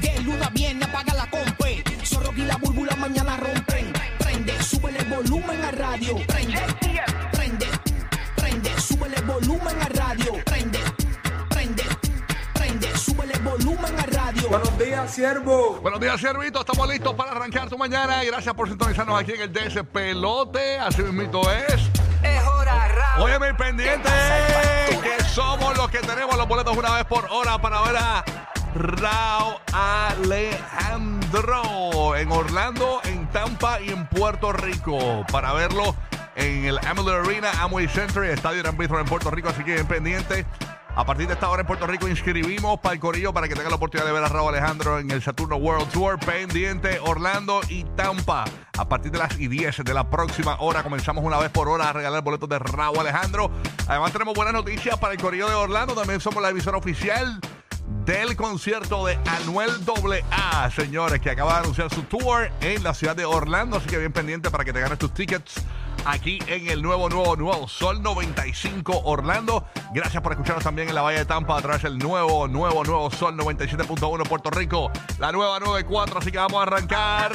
De luna viene, apaga la compe. Zorro y la búrbula mañana rompen. Prende, súbele volumen a radio. Prende, prende, prende, súbele volumen a radio. Prende, prende, prende, súbele volumen a radio. Buenos días, siervo. Buenos días, Servito. Estamos listos para arrancar tu mañana. Gracias por sintonizarnos aquí en el Despelote. Así mismito es. Es hora raro. Óyeme el pendiente que somos los que tenemos los boletos una vez por hora para ver a Rao Alejandro en Orlando, en Tampa y en Puerto Rico para verlo en el Amalie Arena, Amway Center, el Estadio Gran Bistro en Puerto Rico. Así que bien pendiente. A partir de esta hora en Puerto Rico inscribimos para el Corillo para que tenga la oportunidad de ver a Raúl Alejandro en el Saturno World Tour pendiente Orlando y Tampa. A partir de las y 10 de la próxima hora comenzamos una vez por hora a regalar boletos de Raúl Alejandro. Además tenemos buenas noticias para el Corillo de Orlando. También somos la emisora oficial del concierto de Anuel AA, señores, que acaba de anunciar su tour en la ciudad de Orlando. Así que bien pendiente para que te ganes tus tickets aquí en el nuevo, nuevo, nuevo Sol 95 Orlando. Gracias por escucharnos también en la Bahía de Tampa a través del nuevo, nuevo, nuevo Sol 97.1 Puerto Rico, la nueva 94. Así que vamos a arrancar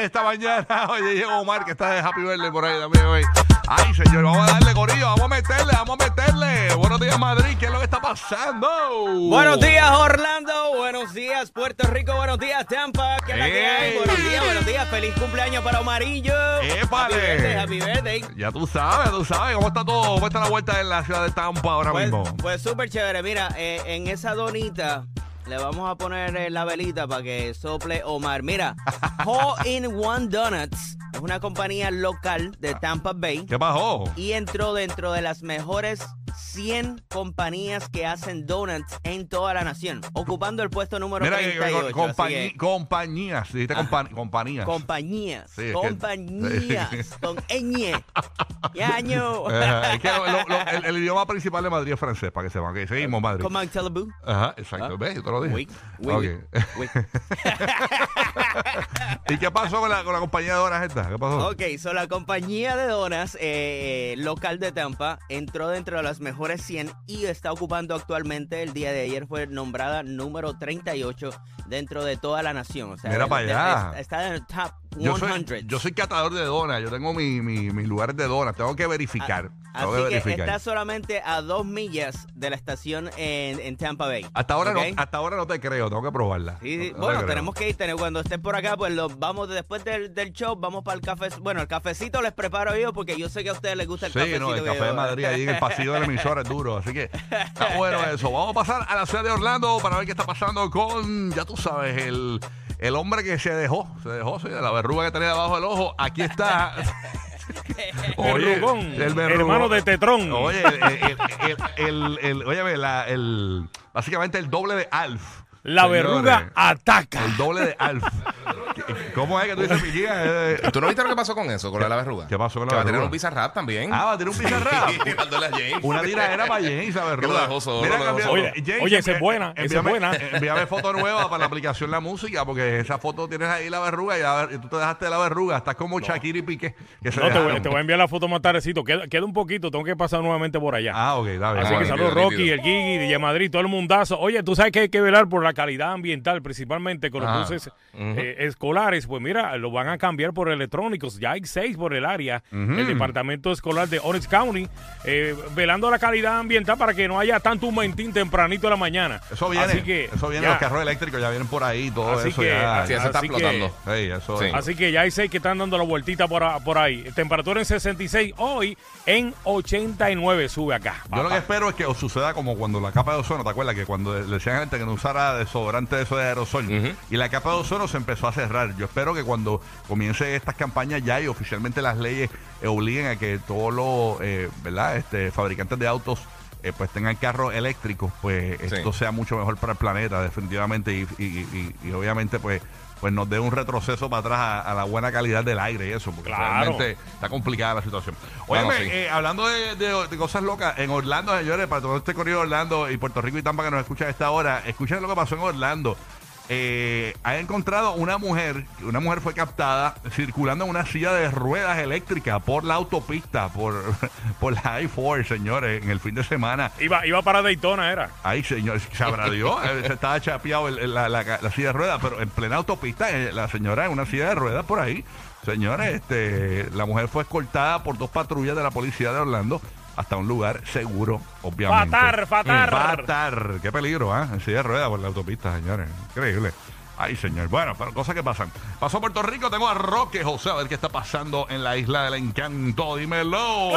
esta mañana. Oye, llegó Omar que está de Happy Birthday por ahí también hoy. Ay, señor, vamos a darle gorillo, vamos a meterle, vamos a meterle. Buenos días, Madrid, ¿qué es lo que está pasando? Uh. Buenos días, Orlando. Buenos días, Puerto Rico. Buenos días, Tampa. ¿Qué es la que hay? ¡Ey! Buenos días, buenos días. Feliz cumpleaños para Amarillo. ¡Épale! Happy birthday, happy birthday. Ya tú sabes, tú sabes cómo está todo, cómo está la vuelta en la ciudad de Tampa ahora Pues, mismo. pues súper chévere. Mira, eh, en esa donita le vamos a poner eh, la velita para que sople Omar. Mira, Hole in One Donuts es una compañía local de Tampa Bay. ¿Qué pasó? y entró dentro de las mejores 100 compañías que hacen donuts en toda la nación, ocupando el puesto número Mira, que- que- 38. así compañí- que, compañías, dijiste compa- compañías. compañías, Sí, es que- compañías, Sí. con ñ, yaño, Ajá, Eh, es que lo- lo- lo- el, el idioma principal de Madrid es francés, para que sepan. que seguimos, Madrid. como en Telebú. Ajá, exacto. Ah. ¿Ves? Yo te lo dije. Uy, uy, Ok. uy. ¿Y qué pasó con la, con la compañía de horas esta? ¿Qué pasó? Ok, so la compañía de donas eh, local de Tampa entró dentro de las mejores 100 y está ocupando actualmente, el día de ayer fue nombrada número 38 dentro de toda la nación. O sea, Mira de- para de- allá. es- Está en el top 100. Yo soy, yo soy catador de donas, yo tengo mi, mi, mis lugares de donas, tengo que verificar. tengo Ah, Así que verificar. está solamente a dos millas de la estación en, en Tampa Bay. Hasta ahora, ¿Ok? no, hasta ahora no te creo, tengo que probarla. No- Sí, sí. no te bueno, creo. tenemos que ir. tener- cuando estés por acá, pues los vamos después del, del show, vamos para el café. Bueno, el cafecito les preparo yo porque yo sé que a ustedes les gusta el Sí, cafecito. no, el que café yo- de Madrid ahí en el pasillo de la emisora es duro, así que está bueno eso. Vamos a pasar a la ciudad de Orlando para ver qué está pasando con, ya tú sabes, el, el hombre que se dejó, se dejó, sí, de la verruga que tenía debajo del ojo. Aquí está. Verrugón, verrugón. hermano de Tetrón. Oye, el, el, el- el- el- óyeme, la- el- básicamente el doble de Alf. La Señores, verruga ataca. El doble de Alf. ¿Cómo es que tú dices, mi guía? Eh, ¿Tú no viste lo que pasó con eso, con la verruga? ¿Qué pasó con la Que va a tener verruga? un bizarrap también. Ah, va a tener un pizarrap. Sí, dándole a James. Una tiradera para James, ¿sabes? Que lo dejó solo, lo dejó solo. Oye, oye, esa es buena, esa es buena. eh, Envíame foto nueva para la aplicación La Música, porque esa foto tienes ahí la verruga y, la ver- y tú te dejaste la verruga. Estás como Shakira y Piqué. Que se No, te voy, dejaron. te voy a enviar la foto más tardecito. Queda, queda un poquito, tengo que pasar nuevamente por allá. Ah, ok, está bien. Así Ah, que nítido, saludos Rocky, nítido. el Gigi, DJ Madrid, Ah, todo el mundazo. Oye, tú sabes que hay que velar por la calidad ambiental, principalmente con los Ajá. buses eh, escolares. escolares, pues mira, lo van a cambiar por electrónicos. Ya hay seis por el área. El Departamento Escolar de Orange County, eh, velando la calidad ambiental para que no haya tanto humentín tempranito en la mañana. Eso viene. Así que, eso viene, ya. los carros eléctricos ya vienen por ahí y todo Así eso. que- ya, Así, eso está Así que- explotando. Ey, eso Sí. es. Así que ya hay seis que están dando la vueltita por, a- por ahí. Temperatura en 66, hoy en 89 sube acá. Yo lo que espero es que os suceda como cuando la capa de ozono, ¿te acuerdas? Que cuando le decían a gente que no usara desodorante de eso de aerosol y la capa de ozono se empezó a cerrar. Yo espero que cuando comience estas campañas ya y oficialmente las leyes eh, obliguen a que todos los eh, ¿verdad? Este, fabricantes de autos eh, pues tengan carros eléctricos, pues Sí. esto sea mucho mejor para el planeta definitivamente y, y- y- y- y obviamente pues pues nos dé un retroceso para atrás a, a la buena calidad del aire y eso, porque Claro. realmente está complicada la situación. Oye, Vamos, sí. eh, hablando de, de- de cosas locas, en Orlando, señores, para todo este corrido de Orlando y Puerto Rico y Tampa que nos escuchan a esta hora, escuchen lo que pasó en Orlando. Eh, ha encontrado una mujer, una mujer fue captada circulando en una silla de ruedas eléctricas por la autopista, por, por la I-4, señores, en el fin de semana. Iba, iba para Daytona, era. Ay, señor, sabrá Dios, eh, se estaba chapeado el- el- la, la- la silla de ruedas, pero en plena autopista, eh, la señora en una silla de ruedas por ahí. Señores, este, la mujer fue escoltada por dos patrullas de la policía de Orlando hasta un lugar seguro, obviamente. Fatar, fatar. Fatar, qué peligro, ¿eh? En silla de ruedas por la autopista, señores. Increíble. Ay, señor. Bueno, pero cosas que pasan. Pasó a Puerto Rico, tengo a Roque José a ver qué está pasando en la isla del encanto. Dímelo.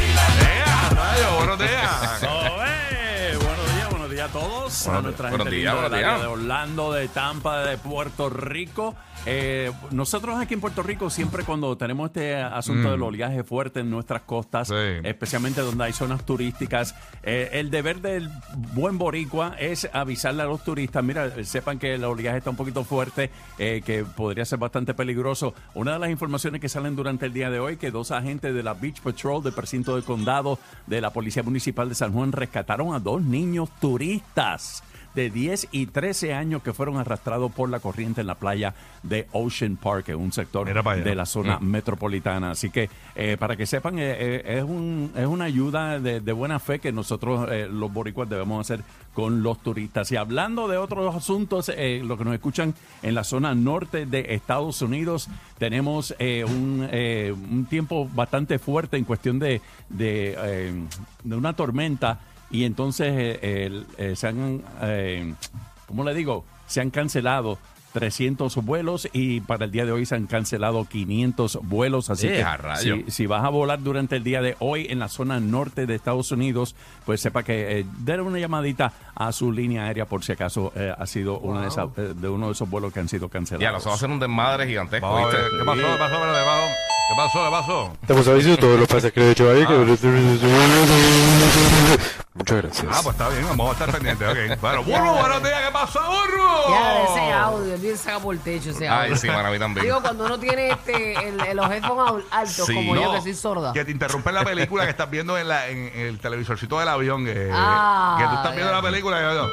¡Ea, rayo! Buenos días. Sobe. Eh, Buenos días, buenos días a todos. Buenos a nuestra días, gente buenos linda del días. ah. área de Orlando, de Tampa, de Puerto Rico. Eh, nosotros aquí en Puerto Rico siempre cuando tenemos este asunto del oleaje fuerte en nuestras costas, Sí. especialmente donde hay zonas turísticas, eh, el deber del buen boricua es avisarle a los turistas, mira, sepan que el oleaje está un poquito fuerte, eh, que podría ser bastante peligroso. Una de las informaciones que salen durante el día de hoy, que dos agentes de la Beach Patrol del precinto del condado de la Policía Municipal de San Juan rescataron a dos niños turistas de 10 y 13 años que fueron arrastrados por la corriente en la playa de Ocean Park, en un sector Mira para allá. Mm. de la zona metropolitana. Así que eh, para que sepan, eh, eh, es, un, es una ayuda de, de buena fe que nosotros eh, los boricuas debemos hacer con los turistas. Y hablando de otros asuntos, eh, lo que nos escuchan en la zona norte de Estados Unidos, tenemos eh, un, eh, un tiempo bastante fuerte en cuestión de, de, eh, de una tormenta y entonces eh, el- eh, se han... eh, ¿cómo le digo? Se han cancelado 300 vuelos y para el día de hoy se han cancelado 500 vuelos. Así Eh, que a rayo. si, si vas a volar durante el día de hoy en la zona norte de Estados Unidos, pues sepa que eh, denle una llamadita a su línea aérea por si acaso eh, ha sido una de, esas, eh, de uno de esos vuelos que han sido cancelados. Ya, los vamos a hacer un desmadre gigantesco, Vamos a ¿viste? ver, ¿Qué pasó? ¿Qué pasó? Espérate, Nevado? ¿Qué pasó? ¿Qué pasó? Ah. Estamos avisando todos los pases que le he hecho ahí. que- Muchas gracias. Ah, pues está bien, vamos a estar pendientes. Ok. Bueno, Burbu, buenos días, ¿qué pasó, Burbu? Ya, ese audio, el bien saca por el techo ese audio. Ay, Ah, sí, para mí también. Digo, cuando uno tiene este, el, el- los headphones al- altos, Sí, como no. yo que soy sorda. Que te interrumpen la película que estás viendo en, la, en, el televisorcito del avión. Que, Ah, que tú estás ya. viendo la película y yo-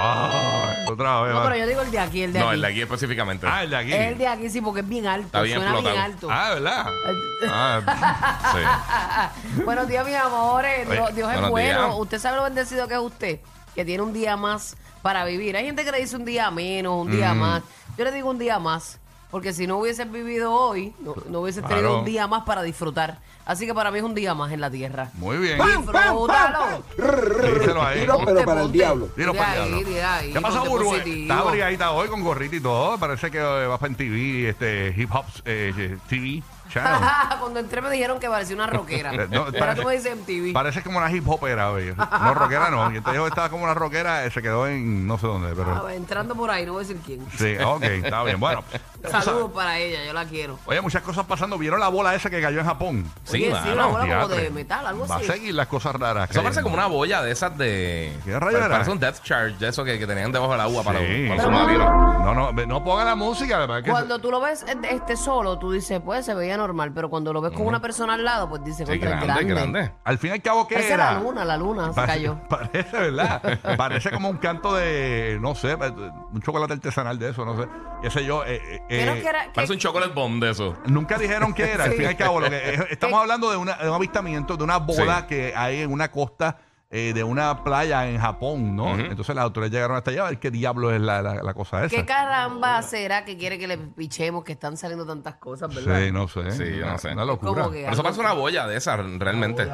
Ah, otra vez. No, va. pero yo digo el de aquí, el de No, aquí. el de aquí específicamente. Ah, el de aquí. El de aquí sí, porque es bien alto, Está bien suena bien explotado. alto. Ah, ¿verdad? Ah, Sí. Buenos días, mis amores. Oye, Dios, Dios es buenos bueno. días. Usted sabe lo bendecido que es usted, que tiene un día más para vivir. Hay gente que le dice un día menos, un Mm. día más. Yo le digo un día más, porque si no hubieses vivido hoy, no, no hubieses Claro. tenido un día más para disfrutar. Así que para mí es un día más en la tierra. muy bien. Disfrútalo. Díselo ahí. Tiro, pero Ponte, para el ponte. diablo. Dilo De para el ahí, diablo. de ahí, ¿Qué pasó, ponte Burbu? positivo. Está abrigadita hoy con gorrito y todo. Parece que eh, vas para en TV, este, Hip Hop eh, TV Channel. Cuando entré me dijeron que parecía una rockera. Eh, no, Ahora parece- tú me dices MTV. Parece como una hip hopera, oye. No, rockera no. Y entonces yo estaba como una rockera, eh, se quedó en no sé dónde, Ah, pero. bueno, entrando por ahí, no voy a decir quién. Sí, ok, está bien. Bueno. tú sabes. Saludos para ella, yo la quiero. Oye, muchas cosas pasando. ¿Vieron la bola esa que cayó en Japón? Sí, Oye, mano. sí, una bola como Diatre. de metal, algo Va a así. seguir las cosas raras. Eso parece como una boya de esas de. ¿Qué rayo era? Parece un death charge de eso que, que tenían debajo del agua para, Sí. los, para los submarinos. No, no, ve- no ponga la música. la verdad que- Cuando tú lo ves eh, este solo, tú dices, pues se veía normal, pero cuando lo ves con una persona al lado, pues dices, Sí, contra es grande, grande. grande. Al fin y al cabo, ¿qué Esa era? era la luna, la luna se Parece- cayó. Parece, ¿verdad? parece como un canto de, no sé, un chocolate artesanal de eso, no sé. Qué sé yo. eh, eh, Creo eh, que era- Parece que- un chocolate bomb de eso. Nunca dijeron qué Eh, era. Al fin y al cabo, lo que- estamos hablando de, una- de un avistamiento, de una boda Sí. que hay en una costa eh, de una playa en Japón, ¿no? Ujú. Entonces las autoridades llegaron hasta allá a ver qué diablo es la, la- la cosa esa. ¿Qué caramba será que quiere que le pichemos que están saliendo tantas cosas, verdad? Sí, no sé. Sí, yo no sé. Una locura. Como que Pero eso parece una boya de esas, realmente.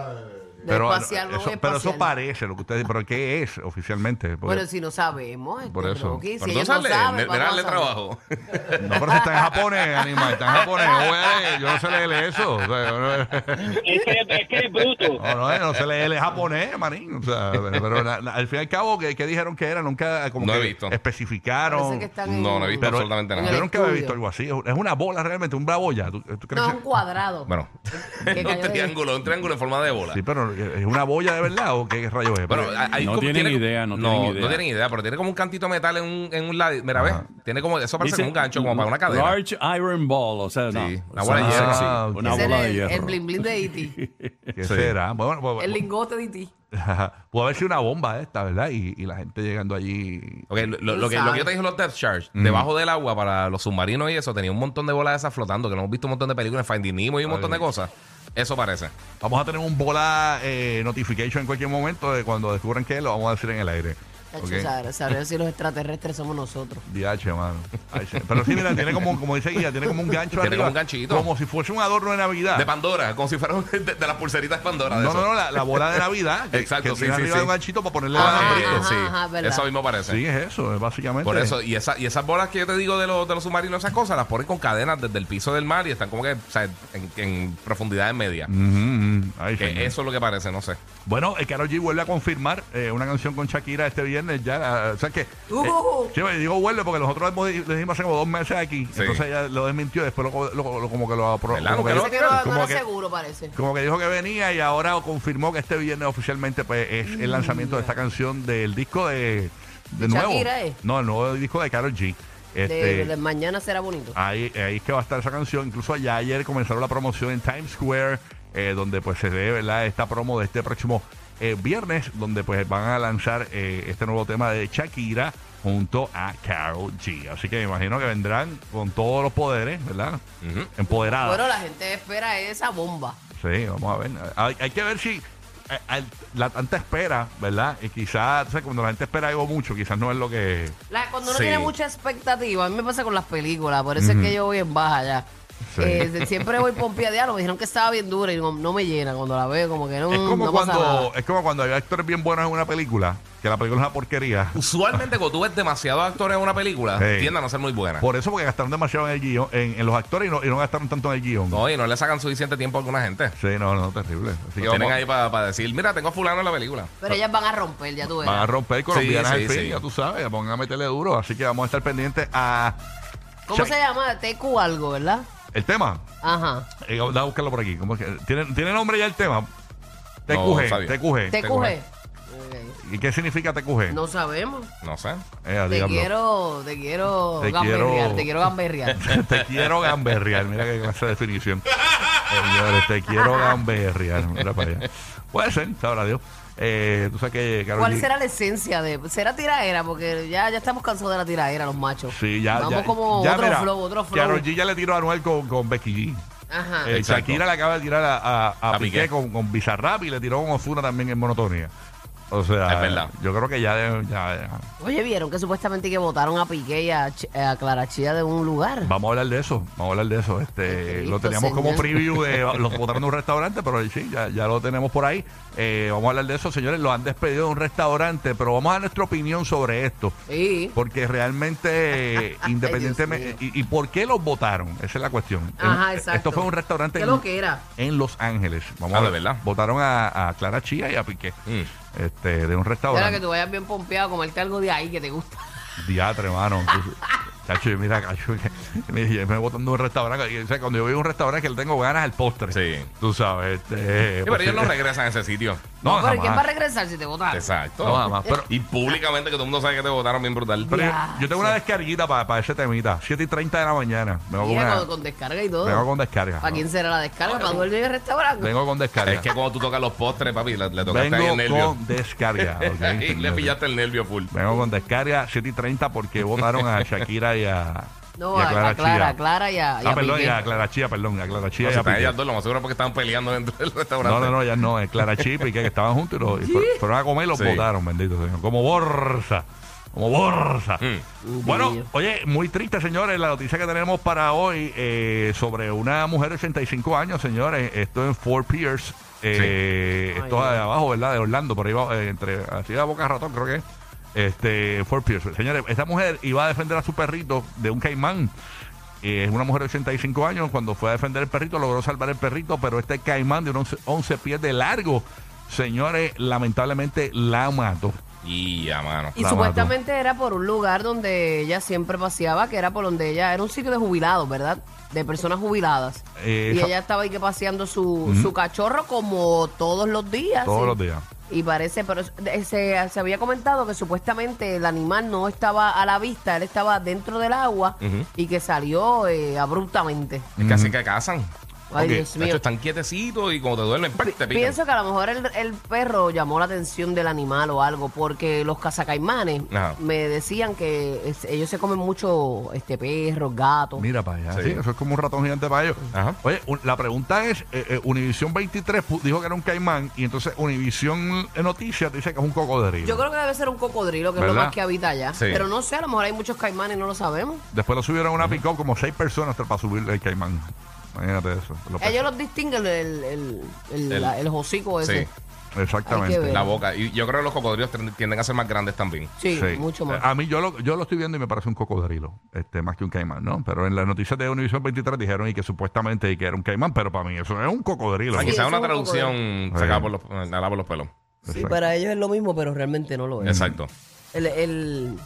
Pero, Espacial, no eso, es pero eso espacial. parece lo que ustedes pero ¿qué es oficialmente? Porque- Bueno, si no sabemos, este, Por eso. Rocky, si Pero tú ellos sabes, no saben, mira mira, vamos a le saber. trabajo. no, pero si está en japonés, animal, está en japonés. Yo, voy a leer, yo no sé leer eso. o sea, yo no, Es que, es que es bruto. no, no, no sé leer el japonés, manín. o sea, pero pero na- na- al fin y al cabo, ¿qué, qué dijeron que era? Nunca eh, como No que he visto. Parece especificaron. que están No, no he en- visto Pero- absolutamente en nada. Yo el nunca había estudio. visto algo así. Es una bola realmente, un braboya. ¿Tú, tú crees No, que- un cuadrado. Bueno, Que un cayó de- triángulo, un triángulo en forma de bola. Sí, pero ¿es una boya de verdad o qué rayos es? Bueno, ah, Porque- hay No como- tienen tiene- idea, no tienen idea. No tienen idea, pero tiene como un cantito de metal en un, en un lado. Mira, ves, Ajá. tiene como, eso parece como un gancho, como para una cadena. Large Iron Ball, o sea, no. Sí, una Eso bola de no es hierro. sexy, Ah, ok. Una Ese bola era de el- El hierro. bling bling de E.T. ¿Qué será? Bueno, bueno, El lingote de E E.T. Pudo haber sido una bomba esta, ¿verdad? Y, y la gente llegando allí. Ok, lo, lo- Tú lo que, lo que sabes. yo te dije los depth charts, Mm. debajo del agua para los submarinos y eso, tenía un montón de bolas de esas flotando, que lo hemos visto un montón de películas, Finding Nemo y un montón de cosas. Eso parece. Vamos a tener un bola eh, notification en cualquier momento de cuando descubran que lo vamos a decir en el aire. Tacho, Ok. sabe- Saber si los extraterrestres somos nosotros. DH, mano. Ay, sí. Pero sí, mira, tiene como, como dice Guía, tiene como un gancho Tiene arriba, como un ganchito. Como si fuese un adorno de Navidad. De Pandora, como si fuera un- de, de las pulseritas de Pandora. no, de Ah. no, eso. no, la, la bola de Navidad. que- Exacto, que sí, tiene sí, arriba sí. de un ganchito para ponerle el Ah, Ah, alambrito. eh, ajá, sí. ajá, verdad. Eso mismo parece. Sí, es eso, es básicamente. Por eso, y, esa, y esas bolas que yo te digo de los, de los submarinos, esas cosas, las ponen con cadenas desde el piso del mar y están como que o sea, en, en profundidades medias. Mm, mm, ay, Que señor. eso es lo que parece, no sé. Bueno, el Karol G vuelve a confirmar eh, una canción con Shakira este viernes. Ya, la- o sea que. eh, Uh. sí, me digo vuelve porque nosotros hemos- le dijimos hace como dos meses aquí. Sí. Entonces ella lo desmintió, después lo, lo- lo- como que lo aprobó. ¿Verdad? Como, Nunca que- lo- Ese que no, no como era que- este seguro, parece. como que dijo que venía y ahora confirmó que este viernes oficialmente pues, es el lanzamiento de esta canción del disco de. de ¿De nuevo. Shakira, eh? No, el nuevo disco de Karol G. Este, De, de mañana será bonito. Ahí, ahí es que va a estar esa canción. Incluso allá ayer comenzaron la promoción en Times Square, eh, donde pues se ve ¿verdad? esta promo de este próximo eh, viernes, donde pues van a lanzar eh, este nuevo tema de Shakira junto a Carol G. Así que me imagino que vendrán con todos los poderes, ¿verdad? Empoderadas. Bueno, la gente espera esa bomba. Sí, vamos a ver. Hay, hay que ver si eh, al- la tanta espera, ¿verdad? Y quizás, o sea, cuando la gente espera algo mucho, quizás no es lo que... La- cuando uno Sí. tiene mucha expectativa, a mí me pasa con las películas, por eso es que yo voy en baja ya. Sí. Eh, de- siempre voy pompeadeado, me dijeron que estaba bien dura y no, no me llena cuando la veo, como que no, Es como, Mm, no pasa nada. cuando, es como cuando hay actores bien buenos en una película, que la película es una porquería. Usualmente, cuando tú ves demasiados actores en una película, Sí. tienden a no ser muy buenas. Por eso, porque gastaron demasiado en el guión, en, en los actores y no, y no gastaron tanto en el guión. No, y no le sacan suficiente tiempo a alguna gente. Sí, no, no, terrible. Así que Lo tienen vamos- ahí para decir, mira, tengo a fulano en la película. Pero ellas van a romper, ya tú ves. van a romper colombianas Sí, al sí, fin, sí. ya tú sabes, pongan a meterle duro. Así que vamos a estar pendientes a ¿Cómo se llama? Tecu algo, ¿verdad? el tema. Ajá. Eh, da a buscarlo por aquí. ¿Cómo es que- ¿Tiene, ¿Tiene nombre ya el tema? TQG, sabía. TQG. TQG. Ok. ¿Y qué significa TQG? No sabemos. No sé. Eh, a Te diablo. quiero, te quiero Te gamberrear, quiero- te quiero gamberrear. te quiero gamberrear. Mira qué clase de definición. Eh, Señores, te quiero gamberrear. Mira para allá. Puede ser, sabrá Dios. Eh, tú sabes que Karol ¿Cuál G- será la esencia de...? ¿Será tiraera? Porque ya, ya estamos cansados de la tiraera, los machos. Sí, ya. Vamos ya- como ya, otro mira, flow, otro flow. Ah. Karol G ya le tiró a Anuel con, con Becky G. Ajá. Eh, Exacto. Shakira le acaba de tirar a, a, a A Piqué, Piqué. con, con Bizarrap y le tiró con Ozuna también en monotonía. O sea, Es verdad. yo creo que ya, de- ya- ya- Oye, ¿vieron que supuestamente que votaron a Piqué y a, Ch- eh, a Clara Chía de un lugar? vamos a hablar de eso, vamos a hablar de eso. Este, Cristo, lo teníamos como pues señor. preview de los que votaron de un restaurante, pero sí, ya, ya lo tenemos por ahí. Eh, vamos a hablar de eso, señores, lo han despedido de un restaurante, pero vamos a dar nuestra opinión sobre esto. Sí. Porque realmente, eh, independientemente, Dios y, y por qué los votaron? Esa es la cuestión. Ajá, En- exacto. Esto fue un restaurante ¿Qué en, lo que era? en Los Ángeles. Vamos a Ah, de ver. verdad. Votaron a, a Clara Chía y a Piqué. Mm. Este, de un Era restaurante. que tú vayas bien pompeado a comerte algo de ahí que te gusta. Diatre, hermano. Chacho, y mira, cacho, que- me, yo me votan de un restaurante. y, o sea, cuando yo voy a un restaurante que le tengo ganas al postre. Sí. Tú sabes. Este, Sí, pero pues, ellos no regresan a ese sitio. No, pero ¿quién va a jamás. regresar si te votaron? Exacto. No, jamás, pero- y públicamente que todo el mundo sabe que te votaron bien brutal. Pero yo, Ya, yo tengo una descarguita para ese temita. 7 y 30 de la mañana. Me hago Mira, una- con, con descarga y todo. vengo con descarga. ¿Para ¿no? quién será la descarga? ¿Para duerme en el restaurante? Vengo con descarga. es que cuando tú tocas los postres, papi, le, le tocaste ahí Vengo el nervio. con descarga. ok, y le señores. pillaste el nervio full. Vengo con descarga 7 y 30 porque votaron a Shakira y a, No, Y a a- Clara a Clara, Chía. a Clara y a- y Ah, a perdón, Piqué. y a Clara Chía, perdón, a Clara Chía No, y si a están Piqué. ellas dos, lo más seguro es porque estaban peleando dentro del restaurante. No, no, no, ya no, es Clara Chía y Piqué que estaban juntos y, lo, y fue- fueron a comer y los Sí. botaron, bendito señor. Como borsa, como borsa. Mm. Bueno, oye, muy triste, señores, la noticia que tenemos para hoy eh, sobre una mujer de 85 años, señores. Esto en Fort Pierce. eh, Esto de abajo, ¿verdad? De Orlando, por ahí, va, eh, entre así de Boca Ratón, creo que es. Este, Fort Pierce. Señores, esta mujer iba a defender a su perrito de un caimán. Eh, Es una mujer de 85 años. Cuando fue a defender el perrito, logró salvar el perrito, pero este caimán de unos 11 pies de largo, señores, lamentablemente la mató. Y a mano. Y La supuestamente era por un lugar donde ella siempre paseaba, que era por donde ella, era un sitio de jubilados, ¿verdad? De personas jubiladas. Eh, y esa- ella estaba ahí que paseando su, su cachorro como todos los días. Todos y- los días. Y parece, pero es- eh, se, se había comentado que supuestamente el animal no estaba a la vista, él estaba dentro del agua y que salió eh, abruptamente. Es Mm. que así que cazan. Ay, Ok, Dios De mío. hecho, están quietecitos y cuando te duermen, ¡pam! te pican. Pienso que a lo mejor el, el perro llamó la atención del animal o algo, porque los cazacaimanes Ajá. me decían que es- ellos se comen mucho este perros, gatos. Mira para allá. Sí, Sí. eso es como un ratón gigante para ellos. Ajá. Oye, un- la pregunta es: eh, eh, Univisión 23 pu- dijo que era un caimán, y entonces Univisión Noticias dice que es un cocodrilo. Yo creo que debe ser un cocodrilo, que es lo ¿Verdad? más que habita allá. Sí. Pero no sé, a lo mejor hay muchos caimanes y no lo sabemos. Después lo subieron a una pick-up como seis personas para subir el caimán. Imagínate eso. Lo Ellos los distinguen el, el, el, El- la- el hocico ese. Sí, pensé. Exactamente. Hay que ver. la boca. Y yo creo que los cocodrilos tren- tienden a ser más grandes también. Sí, Sí. Ah, mucho más. A mí yo lo, yo lo estoy viendo y me parece un cocodrilo, este, más que un caimán, ¿no? Pero en las noticias de Univision 23 dijeron y que supuestamente y que era un caimán, pero para mí eso es un cocodrilo. Ah, ¿no? Sí, quizás eso una es un traducción cocodrilo. sacada por los, jalada por los pelos. sí, Exacto. para ellos es lo mismo, pero realmente no lo Mm. es. Exacto. El, el-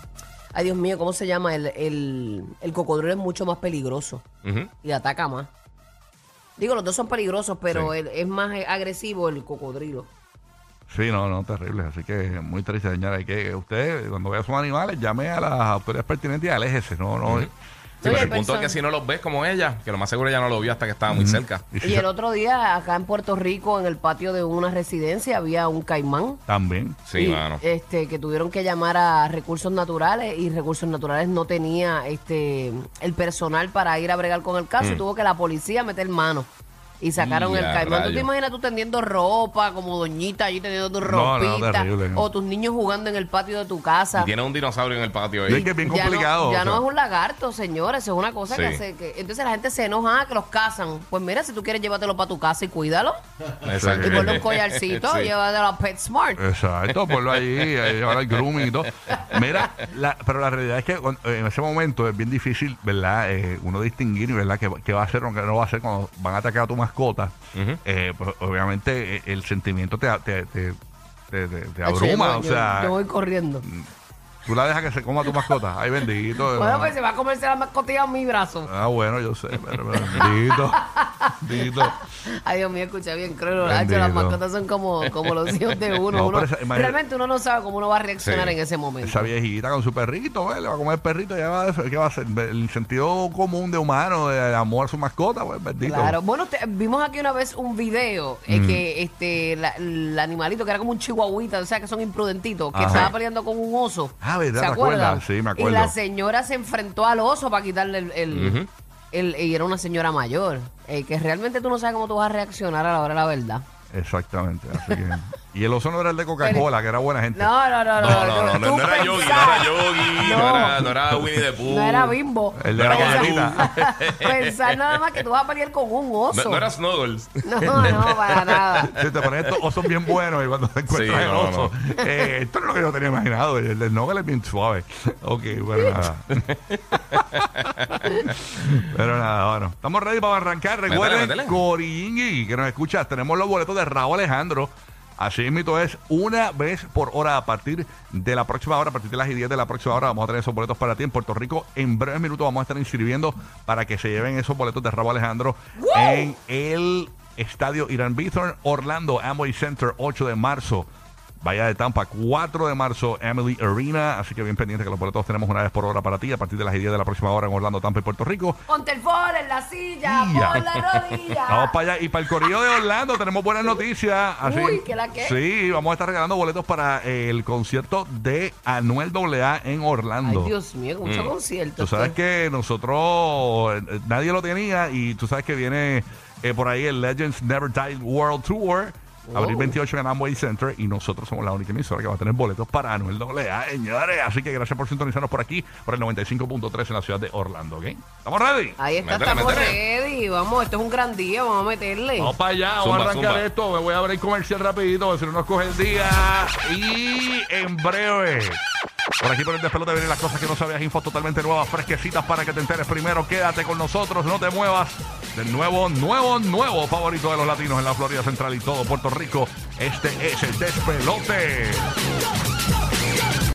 ay, Dios mío, ¿cómo se llama? El, el, el cocodrilo es mucho más peligroso. Ujú. y ataca más. Digo, los dos son peligrosos, pero el- es más eh, agresivo el cocodrilo. Sí, no, no, terrible. Así que muy triste, señora. Hay que usted, cuando vea sus animales, llame a las autoridades pertinentes y aléjese, ¿no, no. Sí, Oye, pero el persona- punto es que si no los ves como ella, que lo más seguro ella no lo vio hasta que estaba muy cerca. Y si Y se- el otro día, acá en Puerto Rico, en el patio de una residencia, había un caimán. También. Sí, y, mano. Este, que tuvieron que llamar a recursos naturales y recursos naturales no tenía este el personal para ir a bregar con el Mm. caso y tuvo que la policía meter mano. Y sacaron Y el a caimán. ¿Tú rayos. te imaginas tú tendiendo ropa como doñita allí teniendo tu No, no, ropita? terrible, no. O tus niños jugando en el patio de tu casa. Y tiene un dinosaurio en el patio Sí, ahí. es que es bien Ya no- complicado. Ya o no, sea. es un lagarto, señores. Eso es una cosa Sí. que hace que. Entonces la gente se enoja ah, que los cazan. Pues mira, si tú quieres, llévatelo para tu casa y cuídalo. Exacto. Y ponle un collarcito, Sí. llévatelo a Eh, PetSmart. Exacto, ponlo allí, ahora el grooming y todo. Mira, la- pero la realidad es que cuando- en ese momento es bien difícil, ¿verdad? Eh, uno distinguir, ¿verdad? ¿Qué, qué va a hacer o qué no va a hacer cuando van a atacar a tu mascota. Eh, pues, obviamente eh, el sentimiento te, te, te, te- te- te abruma, Yo- o yo- sea, Mm, Yo voy corriendo. tú la dejas que se coma tu mascota. Ay, bendito. Bueno, no. pues se va a comerse la mascotilla en mi brazo. Ah, bueno, yo sé, pero, pero bendito. bendito. Ay, Dios mío, escucha bien, creo. Las Bendito. mascotas son como, como los hijos de uno. No, Uno- pero esa- imagínate- realmente uno no sabe cómo uno va a reaccionar Sí. en ese momento. Esa viejita con su perrito, eh, le va a comer el perrito, ya va, ¿qué va a hacer? El sentido común de humano, de amor a su mascota, pues bendito. Claro. Bueno, te- vimos aquí una vez un video eh, que este la- el animalito que era como un chihuahuita, o sea, que son imprudentitos, que Ajá. estaba peleando con un oso. Ah, ¿verdad? ¿Se ¿Te acuerdas? acuerdan? Sí, me Y acuerdo. la señora se enfrentó al oso para quitarle el... el- el- y era una señora mayor, eh, que realmente tú no sabes cómo tú vas a reaccionar a la hora de la verdad. Exactamente. así que- y el oso no era el de Coca-Cola, que era buena gente. No, no, no, no. No, no, no, no, tú no era Yogi, no pensás- era Yogi, no, No. era, no era Winnie the Pooh. No era bimbo. El de la Pensar- galletita. Pensar nada más que tú vas a pelear con un No, oso. no era Snuggles. no, no, para nada. Si te pones estos osos bien buenos y cuando te encuentras Sí, el no, oso. eh, esto es lo que yo tenía imaginado. El de Nobel es bien suave. Ok, bueno, nada. Pero nada, bueno. Estamos ready para arrancar. Recuerden, métele. Corillingui, que nos escuchas, tenemos los boletos de Raúl Alejandro. Así mito es una vez por hora a partir de la próxima hora, a partir de las 10 de la próxima hora vamos a tener esos boletos para ti en Puerto Rico. En breves minutos vamos a estar inscribiendo para que se lleven esos boletos de Raúl Alejandro en el Estadio Irán Bithorn, Orlando, Amway Center, 8 de marzo. Bahía de Tampa, 4 de marzo, Emily Arena. Así que bien pendiente que los boletos tenemos una vez por hora para ti a partir de las 10 de la próxima hora en Orlando, Tampa y Puerto Rico. Ponte el foro en la silla, Ya. por la rodilla. Vamos para allá. Y para el corrido de Orlando tenemos buenas noticias. Así, Uy, ¿que la qué? Sí, vamos a estar regalando boletos para eh, el concierto de Anuel AA en Orlando. Ay, Dios mío, mucho concierto. Mm. este. Tú sabes que nosotros, eh, nadie lo tenía y tú sabes que viene eh, por ahí el Legends Never Die World Tour. Abril 28 en Amway Center y nosotros somos la única emisora que va a tener boletos para Anuel AA, señores. Así que gracias por sintonizarnos por aquí, por el 95.3 en la ciudad de Orlando, ¿ok? ¿Estamos ready? Ahí está, Métele, estamos métele. ready. Vamos, esto es un gran día, vamos a meterle. Vamos para allá, vamos a Zumba, arrancar zumba. esto. Me voy a abrir comercial rapidito, si no nos coge el día. Y en breve. Por aquí por el despelote vienen las cosas que no sabías, infos totalmente nuevas, fresquecitas para que te enteres primero. Quédate con nosotros, no te muevas. Del nuevo, nuevo, nuevo favorito de los latinos en la Florida Central y todo Puerto Rico. Este es el despelote.